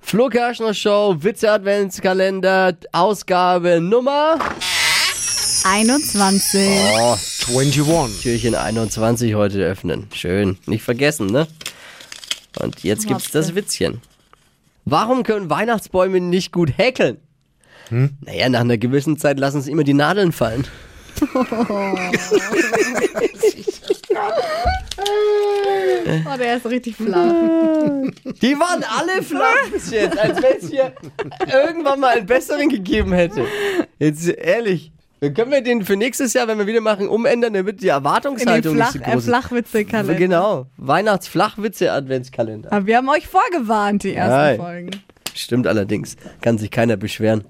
Flo Kerschner Show, Witze Adventskalender, Ausgabe Nummer 21. oh, 21. Türchen 21 heute öffnen. Schön, nicht vergessen, ne? Und jetzt gibt's das Witzchen. Warum können Weihnachtsbäume nicht gut häkeln? Naja, nach einer gewissen Zeit lassen sie immer die Nadeln fallen. Oh, der ist richtig flach. Die waren alle flach bis jetzt, als wenn es hier irgendwann mal einen besseren gegeben hätte. Jetzt ehrlich, dann können wir den für nächstes Jahr, wenn wir wieder machen, umändern, damit die In den Erwartungshaltung Flach, halt nicht so äh, groß ist. Flachwitze-Kalender. Genau, Weihnachtsflachwitze-Adventskalender. Aber wir haben euch vorgewarnt, die ersten Nein. Folgen. Stimmt allerdings, kann sich keiner beschweren.